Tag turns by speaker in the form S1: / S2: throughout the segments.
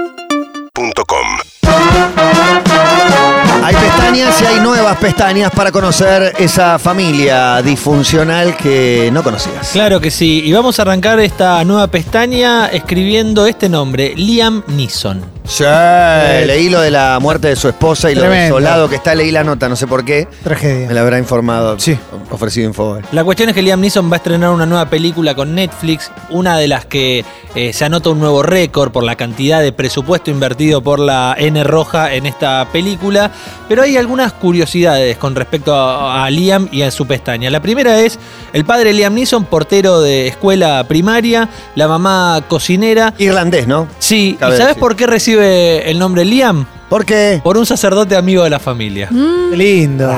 S1: UrbanaPlayFM.com
S2: Hay pestañas y hay nuevas pestañas para conocer esa familia disfuncional que no conocías.
S3: Claro que sí, y vamos a arrancar esta nueva pestaña escribiendo este nombre, Liam Neeson.
S2: Sí, Eh, leí lo de la muerte de su esposa y lo
S4: Tremendo.
S2: desolado que está, leí la nota, no sé por qué. Me
S4: Tragedia.
S2: la habrá informado,
S4: Sí.
S2: ofrecido info.
S3: La cuestión es que Liam Neeson va a estrenar una nueva película con Netflix, una de las que eh, se anota un nuevo récord por la cantidad de presupuesto invertido por la N roja en esta película, pero hay algunas curiosidades con respecto a, a Liam y a su pestaña. La primera es el padre Liam Neeson, portero de escuela primaria, la mamá cocinera.
S2: Irlandés, ¿no?
S3: Sí,
S2: Cabe
S3: ¿y sabes
S2: decir.
S3: por qué recibe el nombre Liam?
S2: ¿Por qué?
S3: Por un sacerdote amigo de la familia.
S4: Qué lindo.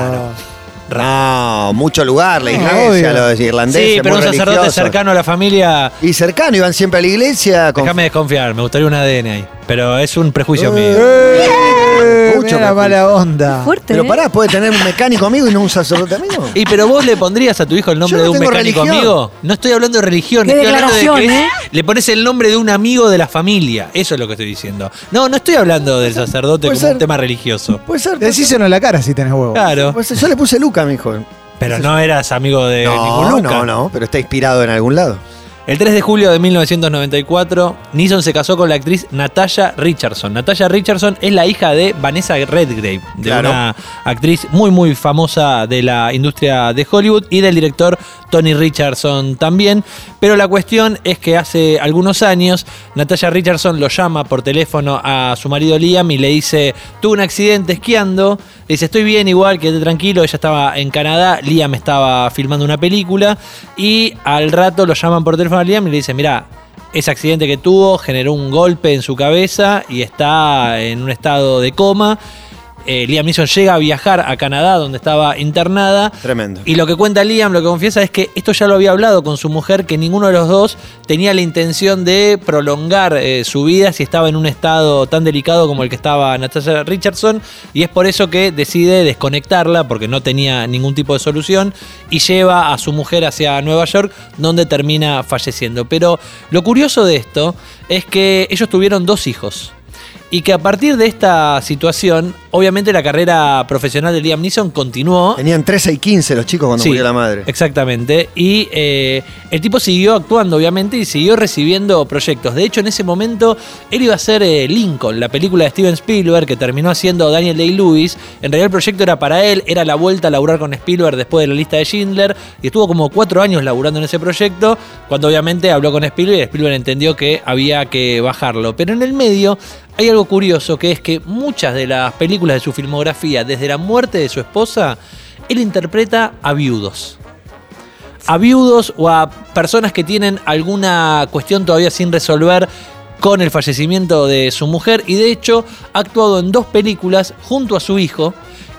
S2: No, mucho lugar, la
S4: No,
S2: iglesia,
S4: Ah, obvio.
S2: los irlandeses.
S3: sí, pero un
S2: muy
S3: sacerdote
S2: religiosos.
S3: cercano a la familia.
S2: Y cercano, iban siempre a la iglesia. con-
S3: Déjame desconfiar, me gustaría un ADN ahí. Pero es un prejuicio
S2: Eh.
S3: mío.
S4: Eh,
S2: Mucho
S4: mirá la
S2: prejuicio.
S4: mala onda.
S5: Fuerte.
S2: Pero
S5: ¿eh?
S2: pará, puede tener un mecánico amigo y no un sacerdote amigo.
S3: Y pero vos le pondrías a tu hijo el
S2: Yo
S3: nombre
S2: no
S3: de un
S2: tengo
S3: mecánico
S2: religión.
S3: amigo. No estoy hablando de religión,
S5: Qué
S3: estoy hablando de que
S5: declaración,
S3: es- le pones el nombre de un amigo de la familia. Eso es lo que estoy diciendo. No, no estoy hablando del sacerdote
S2: puede
S3: como
S2: ser.
S3: un tema religioso.
S2: Puede ser. puede ser.
S4: Decíselo en la cara si tenés huevo.
S3: Claro.
S2: Puede ser. Pues, Yo le puse Luca, mi hijo.
S3: Pero no eras amigo de Eh, ningún
S2: No,
S3: Luca.
S2: no, no, pero está inspirado en algún lado.
S3: El 3 de julio de 1994, Neeson se casó con la actriz Natasha Richardson. Natasha Richardson es la hija de Vanessa Redgrave, de
S2: Claro.
S3: una actriz muy muy famosa de la industria de Hollywood y del director Tony Richardson también. Pero la cuestión es que hace algunos años Natasha Richardson lo llama por teléfono a su marido Liam y le dice, tuve un accidente esquiando. Le dice, estoy bien igual, quédate tranquilo. Ella estaba en Canadá, Liam estaba filmando una película y al rato lo llaman por teléfono a Liam y le dicen, mirá, ese accidente que tuvo generó un golpe en su cabeza y está en un estado de coma. Eh, Liam Neeson llega a viajar a Canadá, donde estaba internada.
S2: Tremendo.
S3: Y lo que cuenta Liam, lo que confiesa es que esto ya lo había hablado con su mujer, que ninguno de los dos tenía la intención de prolongar eh, su vida si estaba en un estado tan delicado como el que estaba Natasha Richardson. Y es por eso que decide desconectarla, porque no tenía ningún tipo de solución, y lleva a su mujer hacia Nueva York, donde termina falleciendo. Pero lo curioso de esto es que ellos tuvieron dos hijos. Y que a partir de esta situación, obviamente la carrera profesional de Liam Neeson continuó.
S2: Tenían 13 y 15 los chicos cuando
S3: Sí, Eh,
S2: murió la madre.
S3: Exactamente. Y eh, el tipo siguió actuando, obviamente, y siguió recibiendo proyectos. De hecho, en ese momento, él iba a hacer eh, Lincoln, la película de Steven Spielberg, que terminó haciendo Daniel Day-Lewis. En realidad, el proyecto era para él, era la vuelta a laburar con Spielberg después de la lista de Schindler. Y estuvo como cuatro años laburando en ese proyecto, cuando obviamente habló con Spielberg y Spielberg entendió que había que bajarlo. Pero en el medio. Hay algo curioso que es que muchas de las películas de su filmografía, desde la muerte de su esposa, él interpreta a viudos. A viudos o a personas que tienen alguna cuestión todavía sin resolver con el fallecimiento de su mujer y de hecho ha actuado en dos películas junto a su hijo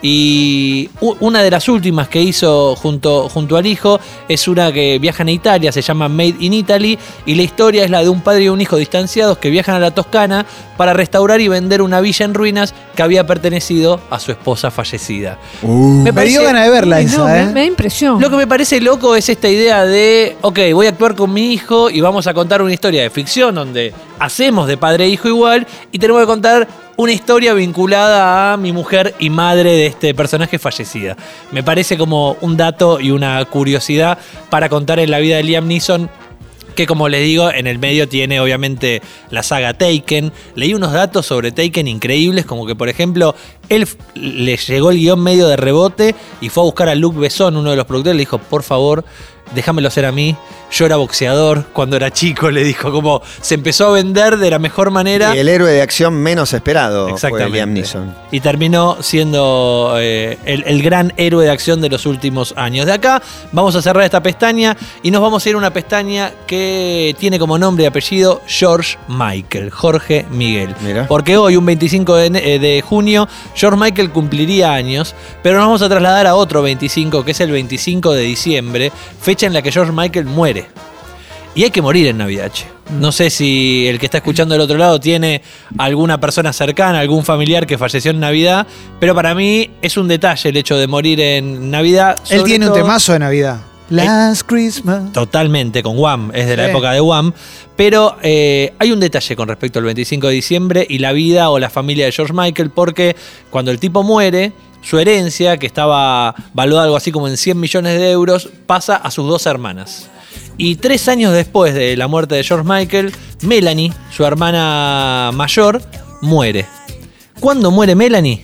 S3: y u- una de las últimas que hizo junto, junto al hijo es una que viajan a Italia, se llama Made in Italy y la historia es la de un padre y un hijo distanciados que viajan a la Toscana para restaurar y vender una villa en ruinas que había pertenecido a su esposa fallecida.
S2: Uh.
S4: Me, dio
S3: parece-
S4: ganas de verla
S5: Ay,
S4: esa,
S5: no,
S4: ¿eh?
S5: me, me da impresión.
S3: lo que me parece loco es esta idea de, ok, voy a actuar con mi hijo y vamos a contar una historia de ficción donde hacemos de padre e hijo igual y tenemos que contar una historia vinculada a mi mujer y madre de este personaje fallecida. Me parece como un dato y una curiosidad para contar en la vida de Liam Neeson. Que como les digo, en el medio tiene obviamente la saga Taken. Leí unos datos sobre Taken increíbles, como que por ejemplo, él f- le llegó el guión medio de rebote y fue a buscar a Luc Besson, uno de los productores, le dijo, por favor, déjamelo hacer a mí. Yo era boxeador cuando era chico, le dijo, como se empezó a vender de la mejor manera.
S2: Y el héroe de acción menos esperado fue
S3: Exactamente.
S2: Liam Neeson.
S3: Y terminó siendo eh, el, el gran héroe de acción de los últimos años. De acá vamos a cerrar esta pestaña y nos vamos a ir a una pestaña que tiene como nombre y apellido George Michael, Jorge Miguel.
S2: Mirá.
S3: Porque hoy, un 25 de, ene- eh, de junio, George Michael cumpliría años, pero nos vamos a trasladar a otro 25, que es el 25 de diciembre, fecha en la que George Michael muere. Y hay que morir en Navidad, che. No sé si el que está escuchando del otro lado tiene alguna persona cercana, algún familiar que falleció en Navidad, pero para mí es un detalle el hecho de morir en Navidad.
S4: Él
S3: sobre
S4: tiene un
S3: todo-
S4: temazo de Navidad. Last Christmas.
S3: Totalmente, con Wham, es de la
S4: Sí.
S3: época de Wham. Pero eh, hay un detalle con respecto al 25 de diciembre y la vida o la familia de George Michael, porque cuando el tipo muere, su herencia, que estaba valuada algo así como en 100 millones de euros, pasa a sus dos hermanas. Y tres años después de la muerte de George Michael, Melanie, su hermana mayor, muere. ¿Cuándo muere Melanie?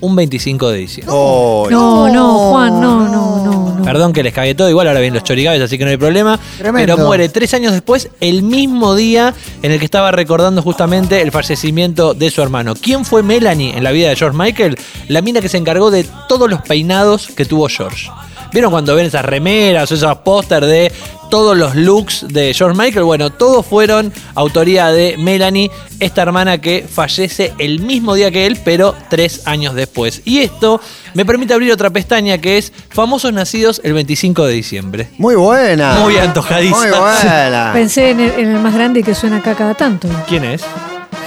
S3: Un 25 de diciembre.
S2: Oh,
S1: No, no, Juan, no, no, no. no.
S3: Perdón que les cagué todo, igual ahora vienen los chorigabes, así que no hay problema.
S4: Tremendo.
S3: Pero muere tres años después, el mismo día en el que estaba recordando justamente el fallecimiento de su hermano. ¿Quién fue Melanie en la vida de George Michael? La mina que se encargó de todos los peinados que tuvo George. ¿Vieron cuando ven esas remeras o esos póster de todos los looks de George Michael? Bueno, todos fueron autoría de Melanie, esta hermana que fallece el mismo día que él, pero tres años después. Y esto me permite abrir otra pestaña que es Famosos Nacidos el 25 de diciembre.
S2: Muy buena.
S3: Muy antojadiza.
S2: Muy buena.
S1: Pensé en el, en el más grande que suena acá cada tanto,
S3: ¿Quién es?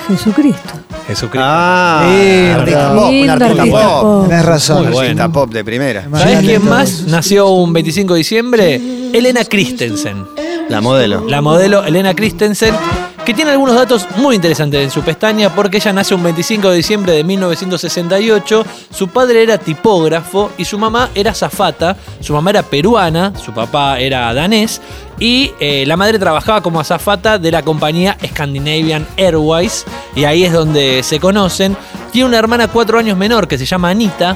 S1: Jesucristo.
S3: Jesucristo.
S2: Ah,
S4: Lindo.
S2: artista pop, un
S1: Lindo
S2: artista
S1: artista
S2: pop.
S1: pop.
S4: Tenés razón.
S3: Muy
S2: Un artista
S3: bueno.
S2: pop de primera.
S3: ¿Sabes
S4: Imagínate
S3: quién más
S4: entonces.
S3: nació un 25 de diciembre? Elena Christensen.
S2: La modelo.
S3: La modelo Elena Christensen, que tiene algunos datos muy interesantes en su pestaña, porque ella nace un 25 de diciembre de 1968. Su padre era tipógrafo y su mamá era zafata. Su mamá era peruana, su papá era danés. Y eh, la madre trabajaba como azafata de la compañía Scandinavian Airways. Y ahí es donde se conocen. Tiene una hermana cuatro años menor que se llama Anita.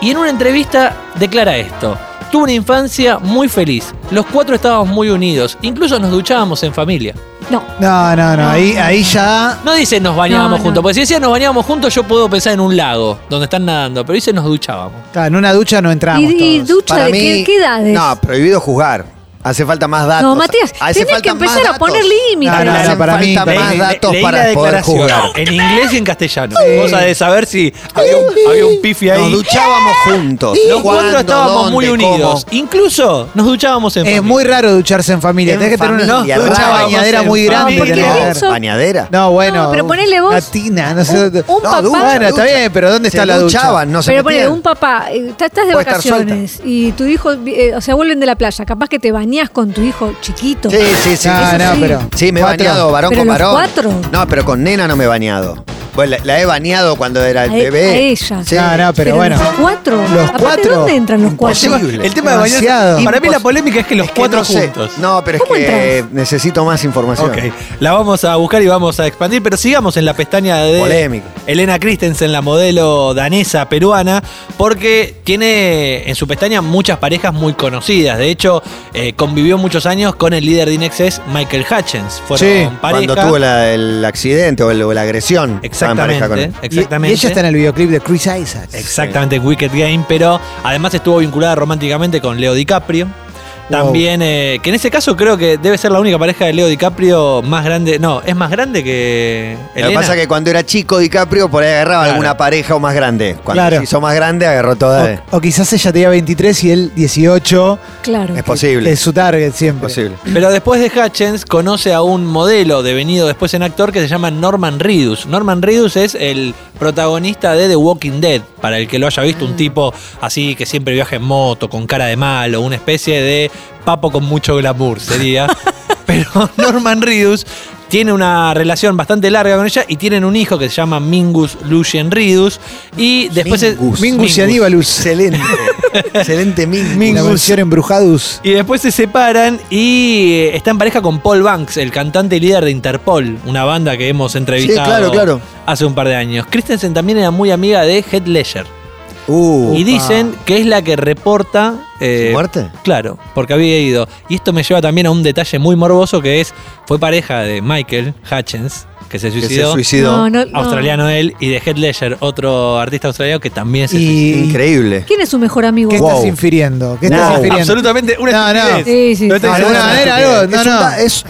S3: Y en una entrevista declara esto. Tuve una infancia muy feliz. Los cuatro estábamos muy unidos. Incluso nos duchábamos en familia.
S1: No,
S4: No, no, no. Ahí, ahí ya.
S3: No dice nos bañábamos
S1: No, no.
S3: juntos. Porque si decía nos bañábamos juntos, yo puedo pensar en un lago donde están nadando. Pero dice nos duchábamos.
S4: Claro, en una ducha no entramos.
S1: Y- y
S4: todos.
S1: du- Escucha, ¿de qué- qué edades?
S2: No, prohibido juzgar. Hace falta más datos.
S1: no, Matías,
S2: Hace
S1: tenés que
S2: falta más
S1: empezar a
S2: datos.
S1: poner límites.
S4: No, no,
S2: Hacen
S4: no, para mí-
S2: falta
S4: Leí-
S2: más
S4: le-
S2: datos para poder juzgar.
S3: en inglés y en castellano. Vos sabés saber si había un, había un pifi
S2: Nos
S4: ¡Eh!
S3: ahí.
S2: duchábamos juntos.
S3: Los
S2: ¿Cuándo,
S3: cuatro estábamos
S2: dónde,
S3: muy unidos.
S2: cómo?
S3: Incluso nos duchábamos en
S4: Es
S3: familia.
S4: muy raro ducharse en familia.
S2: En
S4: Tenés que tener una
S2: familia,
S4: ducha
S2: raro.
S4: bañadera muy
S3: No,
S4: grande.
S1: porque
S4: tenés que
S1: pienso-
S4: tener.
S2: ¿Bañadera?
S4: No, bueno.
S1: No, pero ponele vos
S4: Una tina, no sé.
S1: un- un
S4: no,
S1: papá-
S4: ducha, Bueno, está
S2: ducha.
S4: bien, pero ¿dónde está
S2: Se
S4: la ducha?
S2: duchaban, no se
S1: Pero ponele,
S2: metían.
S1: un papá, eh, está- estás de
S2: Puede estar
S1: vacaciones y tu hijo, eh, o sea, vuelven de la playa, capaz que te bañás con tu hijo chiquito.
S2: Sí, sí, sí.
S4: No,
S2: sí,
S4: Ah, no,
S2: sí.
S4: pero-
S2: Sí, me he
S4: Cuatro.
S2: bañado varón
S1: Pero
S2: con
S1: los
S2: varón.
S1: cuatro.
S2: No, pero con nena no me he bañado. Bueno, la, la he bañado cuando era el
S1: A e-
S2: bebé.
S1: a ella.
S2: Sí.
S4: No, no, pero, bueno.
S1: Los cuatro.
S4: Los
S1: Aparte,
S4: cuatro.
S1: ¿Dónde entran los cuatro?
S2: Imposible.
S3: El tema de
S4: Demasiado.
S3: bañarse. Para mí la
S2: Impos-
S3: polémica es que los
S2: Es que
S3: cuatro
S2: no sé.
S3: juntos.
S2: No, pero es
S1: ¿Cómo
S2: que
S1: entras?
S2: necesito más información.
S3: Ok, la vamos a buscar y vamos a expandir, pero sigamos en la pestaña de
S2: Polémico.
S3: Elena Christensen, la modelo danesa peruana, porque tiene en su pestaña muchas parejas muy conocidas. De hecho, eh, convivió muchos años con el líder de Inexes, Michael Hutchins. Fueron
S4: Sí,
S3: pareja.
S2: Cuando tuvo la- el accidente o, el- o la agresión. estaba en pareja con él.
S3: Exactamente,
S4: Y,
S3: exactamente.
S4: y ella está en el videoclip de Chris Isaacs.
S3: Exactamente, Wicked Game, pero además estuvo vinculada románticamente con Leo DiCaprio. También, eh, que en ese caso creo que debe ser la única pareja de Leo DiCaprio más grande. No, es más grande que.
S2: Lo que
S3: Elena.
S2: pasa es que cuando era chico DiCaprio por ahí agarraba
S3: Claro.
S2: alguna pareja o más grande. Cuando
S4: Claro.
S2: se hizo más grande agarró toda. de-
S4: O, o quizás ella tenía 23 y él 18.
S1: Claro.
S2: Es posible.
S4: Es su target siempre.
S2: posible.
S3: Pero después de Hutchins conoce a un modelo devenido después en actor que se llama Norman Reedus. Norman Reedus es el protagonista de The Walking Dead, para el que lo haya visto, un tipo así que siempre viaja en moto, con cara de malo, una especie de papo con mucho glamour sería. Pero Norman Reedus tiene una relación bastante larga con ella y tienen un hijo que se llama Mingus Lucien Reedus y después es-
S2: Mingus.
S4: Mingus y Aníbalus.
S2: Excelente. Excelente
S4: La
S2: Mingus.
S4: versión embrujadus.
S3: Y después se separan y eh, está en pareja con Paul Banks, el cantante y líder de Interpol, una banda que hemos entrevistado
S2: Sí, claro, claro.
S3: hace un par de años. Christensen también era muy amiga de Heath Ledger.
S2: Uh,
S3: Y dicen que es la que reporta... eh,
S2: ¿Su muerte?
S3: Claro, porque había ido. Y esto me lleva también a un detalle muy morboso que es, fue pareja de Michael Hutchins, que se
S2: que
S3: suicidó,
S2: se suicidó.
S1: no, no.
S3: australiano él, y de Heath Ledger, otro artista australiano que también se suicidó.
S4: Y-
S2: Increíble.
S1: ¿Quién es su mejor amigo?
S4: ¿Qué
S2: Wow.
S4: estás infiriendo? ¿Qué
S2: No,
S4: estás infiriendo?
S3: Absolutamente una
S4: No, no.
S3: estupidez.
S1: Sí, sí,
S3: No
S1: sí.
S3: estoy diciendo
S4: De alguna
S3: nada.
S4: manera, algo- no,
S2: Es un
S4: no.
S2: da- es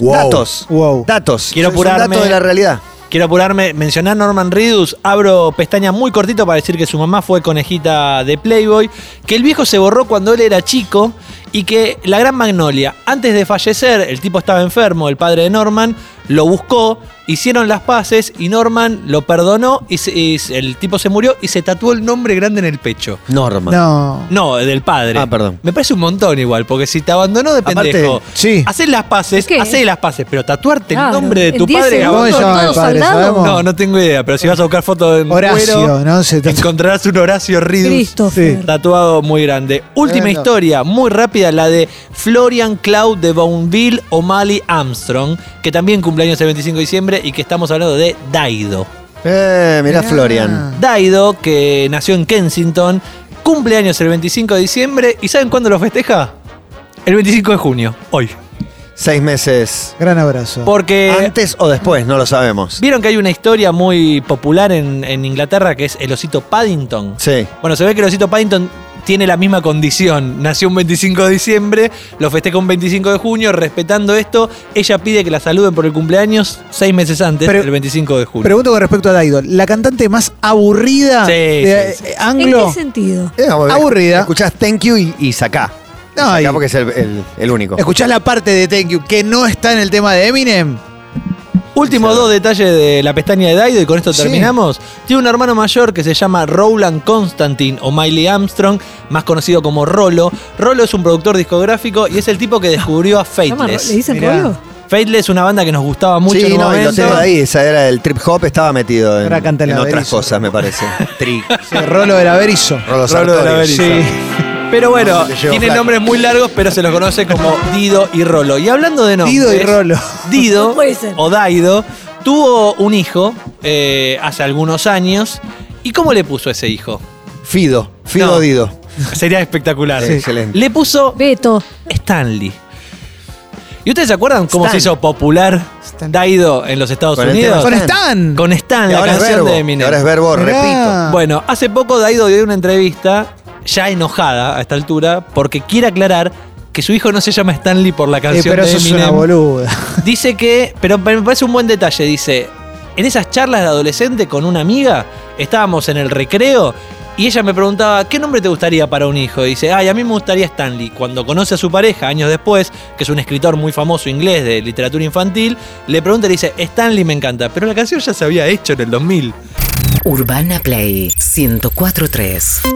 S4: Wow. Uh.
S2: datos.
S4: Wow.
S2: Datos.
S3: Quiero
S2: Es un dato
S3: apurarme.
S2: de la realidad.
S3: Quiero apurarme, mencionar Norman Reedus, abro pestaña muy cortito para decir que su mamá fue conejita de Playboy, que el viejo se borró cuando él era chico y que la gran Magnolia, antes de fallecer, el tipo estaba enfermo, el padre de Norman, lo buscó, hicieron las paces y Norman lo perdonó y, se- y se- el tipo se murió y se tatuó el nombre grande en el pecho.
S2: Norma.
S4: No.
S3: No, del padre.
S2: Ah, perdón.
S3: Me parece un montón igual, porque si te abandonó de
S2: Aparte,
S3: pendejo,
S4: sí.
S3: haces las paces,
S1: ¿Qué?
S3: haces las paces, pero tatuarte
S1: Claro,
S3: el nombre de
S1: en
S3: tu
S1: 10
S3: padre
S1: segundos,
S4: ¿Cómo se llama el
S1: todos
S4: padre?
S1: al lado.
S4: ¿Sabemos?
S3: No, no tengo idea, pero si vas a buscar fotos en
S4: Horacio,
S3: cuero,
S4: ¿no? Se tatu-
S3: encontrarás un Horacio Ridus
S1: Christopher.
S4: Sí.
S3: tatuado muy grande. Última
S4: Tremendo.
S3: historia, muy rápida, la de Florian Cloud de Bounville O'Malley Armstrong, que también cumpleaños el 25 de diciembre y que estamos hablando de Daido.
S2: Eh, mirá,
S4: Mirá.
S2: Florian.
S3: Daido, que nació en Kensington, cumpleaños el 25 de diciembre y ¿saben cuándo lo festeja? El 25 de junio, hoy.
S2: Seis meses.
S4: Gran abrazo.
S3: Porque...
S2: Antes o después, no lo sabemos.
S3: Vieron que hay una historia muy popular en, en Inglaterra que es el osito Paddington.
S2: Sí.
S3: Bueno, se ve que el osito Paddington tiene la misma condición. Nació un 25 de diciembre, lo festeja un 25 de junio. Respetando esto, ella pide que la saluden por el cumpleaños seis meses antes,
S4: Pero-
S3: el 25 de junio.
S4: Pregunto con respecto a Daido. ¿La cantante más aburrida
S3: Sí,
S4: de
S3: sí, sí.
S4: eh,
S1: ¿En
S4: anglo?
S1: qué sentido?
S2: Eh, vamos a ver.
S4: Aburrida.
S2: Escuchás thank you y, y sacá.
S4: No,
S2: sacá
S4: y-
S2: porque es el, el- el único.
S4: ¿Escuchás la parte de Thank You que no está en el tema de Eminem?
S3: Últimos dos detalles de la pestaña de Daido y con esto
S4: Sí.
S3: terminamos. Tiene un hermano mayor que se llama Roland Constantine o Miley Armstrong, más conocido como Rolo. Rolo es un productor discográfico y es el tipo que descubrió a
S1: Llama- ¿Le
S3: Faithless.
S1: dicen
S4: Mirá.
S1: Rolo?
S3: Faithless es una banda que nos gustaba mucho
S2: sí,
S3: en un
S2: no, y lo
S3: momento.
S2: tengo ahí. Esa era el trip hop, estaba metido en,
S4: Ahora canta en
S2: en
S4: la
S2: otras
S4: Berizo.
S2: cosas, me parece. Tri.
S4: Sí, Rolo del Averizo.
S2: Rolo
S3: Rolo de la
S2: Sartori.
S3: Berizo. Pero bueno,
S2: No, se te llegó
S3: tienen
S2: flaco.
S3: nombres muy largos, pero se los conoce como Dido y Rolo. Y hablando de nombres.
S4: Dido y Rolo.
S3: Dido
S1: No puede ser.
S3: o Daido tuvo un hijo eh, hace algunos años. ¿Y cómo le puso ese hijo?
S2: Fido. Fido
S3: No.
S2: Dido.
S3: Sería espectacular.
S2: Sí, excelente.
S3: Le puso
S1: Beto.
S3: Stanley. ¿Y ustedes se acuerdan cómo
S2: Stan.
S3: se hizo popular
S4: Stan.
S3: Daido en los Estados
S2: Con el
S3: Unidos?
S2: tema
S4: Con Stan.
S3: Con Stan,
S2: Y
S3: la
S2: ahora, es
S3: canción
S2: verbo,
S3: de
S2: y
S3: Eminem.
S2: ahora es verbo,
S4: Mirá.
S2: repito.
S3: Bueno, hace poco Daido dio una entrevista, ya enojada a esta altura, porque quiere aclarar que su hijo no se llama Stanley por la
S4: Eh,
S3: canción
S4: pero
S3: de
S4: eso es una
S3: Eminem.
S4: boluda.
S3: Dice que, pero me parece un buen detalle, dice, en esas charlas de adolescente con una amiga, estábamos en el recreo y ella me preguntaba, ¿qué nombre te gustaría para un hijo? Y dice, ay, a mí me gustaría Stanley. Cuando conoce a su pareja, años después, que es un escritor muy famoso inglés de literatura infantil, le pregunta y le dice, Stanley me encanta, pero la canción ya se había hecho en el 2000.
S5: Urbana Play 1043.